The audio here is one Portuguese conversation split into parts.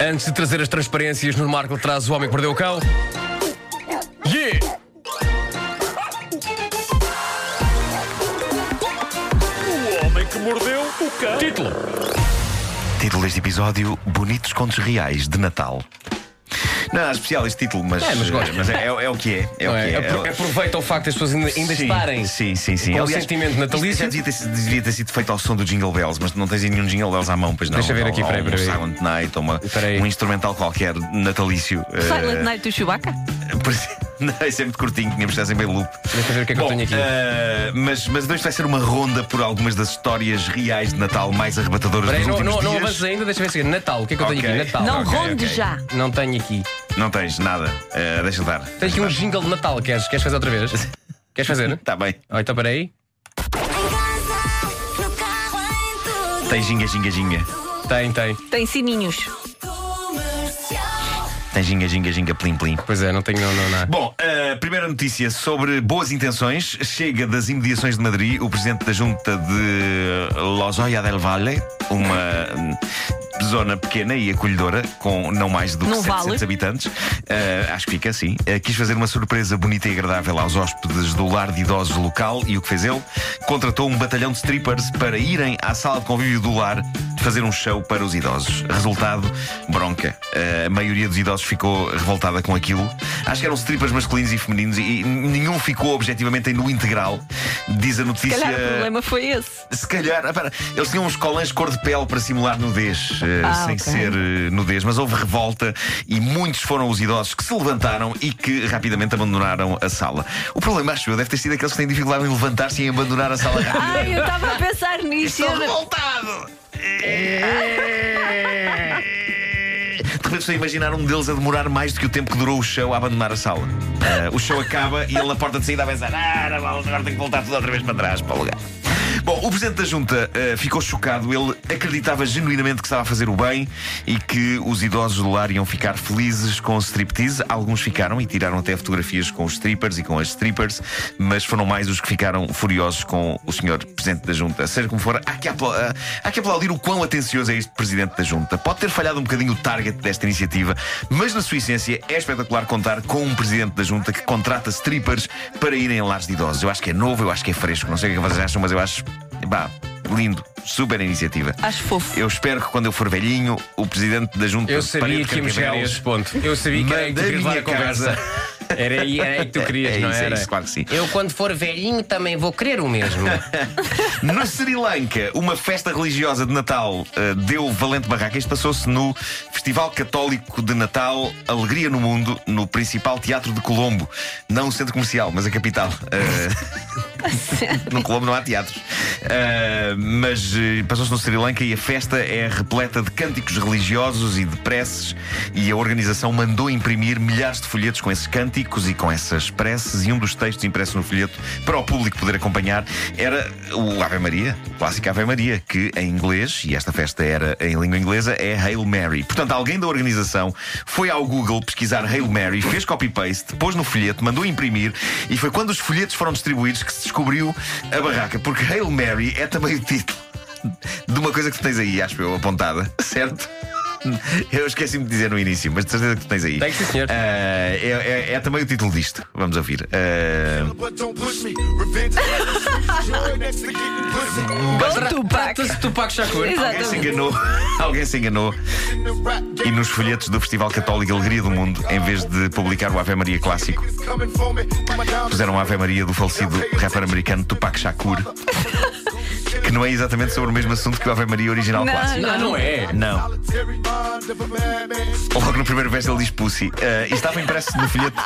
Antes de trazer as transparências, no Marco traz o homem que perdeu o cão. Yeah! O homem que mordeu o cão. Título! Título deste episódio: Bonitos Contos Reais de Natal. Não, é especial este título, mas É, mas gosto. mas é, é- é o que é. É, Não o que é? é. Apro- Aproveita o facto de as pessoas ainda, ainda Sim, estarem Sim, sim, sim. com o Aliás, sentimento isto já natalício. devia ter, sido- devia ter sido feito ao som do Jingle Bells, mas tu não tens aí nenhum Jingle Bells à mão, pois não. Deixa eu ver Ou- aqui, ou peraí, um peraí. Silent Night, ou uma, Peraí. um instrumental qualquer natalício. Silent Night do Chewbacca? Eh, parece- Não, isso é muito curtinho, tínhamos que estar sempre em loop. Deixa eu ver o que é que eu Bom, tenho aqui. eh, mas, mas hoje vai ser uma ronda por algumas das histórias reais de Natal mais arrebatadoras Peraí, dos não, últimos não, não dias. avances ainda, deixa eu ver se Natal, o que é que eu tenho Ah, Ok. aqui? Natal. Não ok, ronde ok. já. Não tenho aqui. Não tens nada. Eh, deixa dar. Tenho aqui um jingle de Natal, queres, queres fazer outra vez? Queres fazer? Está bem. Oh, então peraí. Em casa, no carro, em tudo. Tem ginga, ginga, ginga. Tem, tem. Tem sininhos. Comercial. Tem ginga, ginga, ginga, plim, plim. Pois é, não tenho, não, não, não. Bom, a primeira notícia sobre boas intenções chega das imediações de Madrid. O presidente da junta de Lozoya del Valle, uma hum, zona pequena e acolhedora, com não mais do que Num 700 vale? habitantes, eh, acho que fica assim, eh, quis fazer uma surpresa bonita e agradável aos hóspedes do lar de idosos local e o que fez ele? Contratou um batalhão de strippers para irem à sala de convívio do lar fazer um show para os idosos. Resultado, bronca. Eh, a maioria dos idosos ficou revoltada com aquilo. Acho que eram strippers masculinos e femininos e, e nenhum ficou objetivamente em no integral. Diz a notícia. Se calhar o problema foi esse. Se calhar, ah, pera, eles tinham uns colãs cor de pele para simular nudez, eh, Ah, sem ok. ser eh, nudez, mas houve revolta e muitos foram os idosos que se levantaram e que rapidamente abandonaram a sala. O problema, acho eu, deve ter sido aqueles que têm dificuldade em levantar-se e em abandonar a sala rápido. Ai, eu estava a pensar nisso. Estou revoltado! De repente É. estou a imaginar um deles a demorar mais do que o tempo que durou o show a abandonar a sala. Ah, o show acaba e ele na porta de saída a pensar: ah, não vale, agora tenho que voltar tudo outra vez para trás para o lugar. Bom, o presidente da junta ah, ficou chocado. Ele acreditava genuinamente que estava a fazer o bem e que os idosos do lar iam ficar felizes com o striptease. Alguns ficaram e tiraram até fotografias com os strippers e com as strippers, mas foram mais os que ficaram furiosos com o senhor presidente da junta. Seja como for, há que, apla- ah, há que aplaudir o quão atencioso é este presidente da junta. Pode ter falhado um bocadinho o target desta iniciativa, mas na sua essência é espetacular contar com um presidente da junta que contrata strippers para irem a lares de idosos. Eu acho que é novo, eu acho que é fresco, não sei o que vocês acham, mas eu acho, bah, lindo, super iniciativa. Acho fofo. Eu espero que quando eu for velhinho, o presidente da junta Eu de sabia Parede que íamos chegar a Carcavelos este ponto. Eu sabia que era aí que tu manda querias levar a a minha conversa. Era aí, era aí que tu querias, É não isso, é era? isso, claro que sim. Eu, quando for velhinho, também vou querer o mesmo. No Sri Lanka, uma festa religiosa de Natal eh, deu valente barraca. Isto passou-se no Festival Católico de Natal Alegria no Mundo, no principal teatro de Colombo. Não o centro comercial, mas a capital. Eh, no Colombo não há teatros. Eh, mas eh, passou-se no Sri Lanka e a festa é repleta de cânticos religiosos e de preces. E a organização mandou imprimir milhares de folhetos com esses cânticos e com essas preces. E um dos textos impresso no folheto para o público poder acompanhar era o Ave Maria, o clássico Ave Maria, que em inglês, e esta festa era em língua inglesa, é Hail Mary. Portanto, alguém da organização foi ao Google pesquisar Hail Mary, fez copy-paste, pôs no folheto, mandou imprimir e foi quando os folhetos foram distribuídos que se descobriu a barraca, porque Hail Mary é também o título de uma coisa que tu tens aí, acho eu, apontada, certo? Eu esqueci-me de dizer no início, mas de certeza que tu tens aí. Tem sim, senhor. Ah, é, é- é também o título disto. Vamos ouvir. Ah, But don't push me. Revenge. Joy next to getting pussy. Bom Tupac. Trata-se de Tupac Shakur. Alguém se Exatamente. enganou. Alguém se enganou. The rap E game nos folhetos do Festival Católico Alegria do Mundo, em vez de publicar o Ave Maria clássico, is coming for me. My diamonds puseram o Ave Maria do falecido rapper americano Tupac Shakur, que não é exatamente sobre o mesmo assunto que o Ave Maria original Não, clássico. Não, não é. Não. solitary mind of a madman. Logo no primeiro verso ele diz pussy. Eh, e estava impresso no folheto.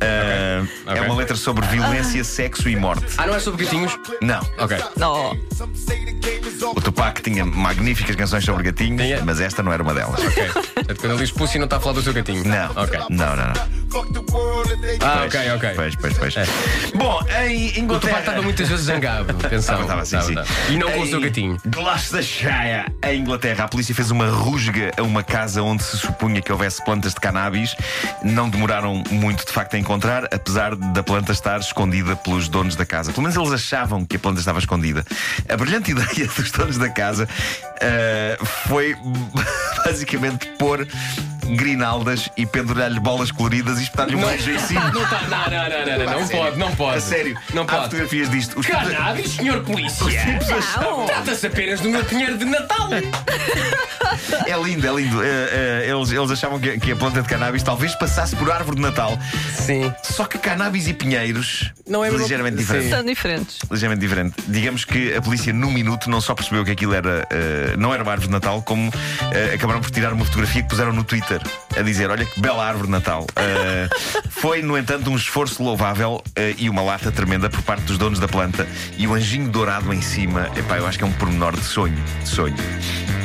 Eh, Ok. É uma letra sobre violência, sexo e morte. Ah, não é sobre gatinhos? Não. Ok. Não. Some say the game is over. O Tupac tinha magníficas canções sobre gatinhos, Tinha. mas esta não era uma delas. Ok. Portanto, quando ele diz pussy, não está a falar do seu gatinho. Não. Ok. Não, não, não. Fuck the world if they Ah, Pois, ok, ok. Pois, pois, pois. É. Bom, em O Tupac Inglaterra. estava muitas vezes zangado. Atenção. Ah, Estava, estava, sim, Estava, sim. estava. E não com o Em seu gatinho. Gloucestershire, em Inglaterra, a polícia fez uma rusga a uma casa onde se supunha que houvesse plantas de cannabis. Não demoraram muito, de facto, a encontrar, apesar da planta estar escondida pelos donos da casa. Pelo menos eles achavam que a planta estava escondida. A brilhante ideia dos donos da casa ah, foi basicamente pôr grinaldas e pendurar-lhe bolas coloridas e espetar-lhe um Não. beijo em cima. Não, tá, não, não, não, não, não, não, Pá, a sério. pode, não pode. A sério, Não há pode. fotografias disto. Os Cannabis, senhor polícia. Oh, Não. Trata-se apenas do meu dinheiro de Natal. É lindo, é lindo. Eh, eh, eles, eles achavam que, que a planta de cannabis talvez passasse por árvore de Natal. Sim. Só que cannabis e pinheiros Não é mesmo- ligeiramente Sim. diferente. São diferentes. ligeiramente diferente. Digamos que a polícia, num minuto, não só percebeu que aquilo era, eh, não era uma árvore de Natal, como eh, acabaram por tirar uma fotografia que puseram no Twitter a dizer: Olha que bela árvore de Natal. Eh, foi, no entanto, um esforço louvável eh, e uma lata tremenda por parte dos donos da planta e o anjinho dourado em cima. Epá, eu acho que é um pormenor de sonho. De sonho.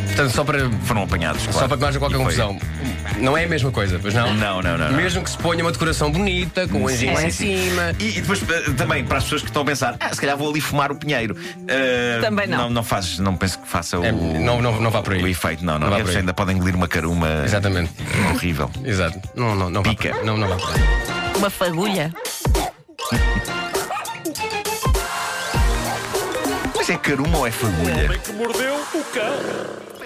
Portanto, só para, Foram apanhados. Claro. só para que não haja qualquer E foi- confusão. Não é a mesma coisa, pois não? Não, não, não, não. Mesmo que se ponha uma decoração bonita, com um anjinho lá sim, em sim. cima. E, e depois eh, também para as pessoas que estão a pensar, ah, se calhar vou ali fumar o pinheiro. Eh, Também não. Não, fazes, não penso que faça o. É, não- não- não vá por aí. O efeito, não, não. Não vá Eles por aí. ainda podem engolir uma caruma. Exatamente. Horrível. Exato. Não, não, não. vá- Pica. Não, não. vá. Uma fagulha. Mas é caruma ou é O fagulha? é homem que mordeu o cão.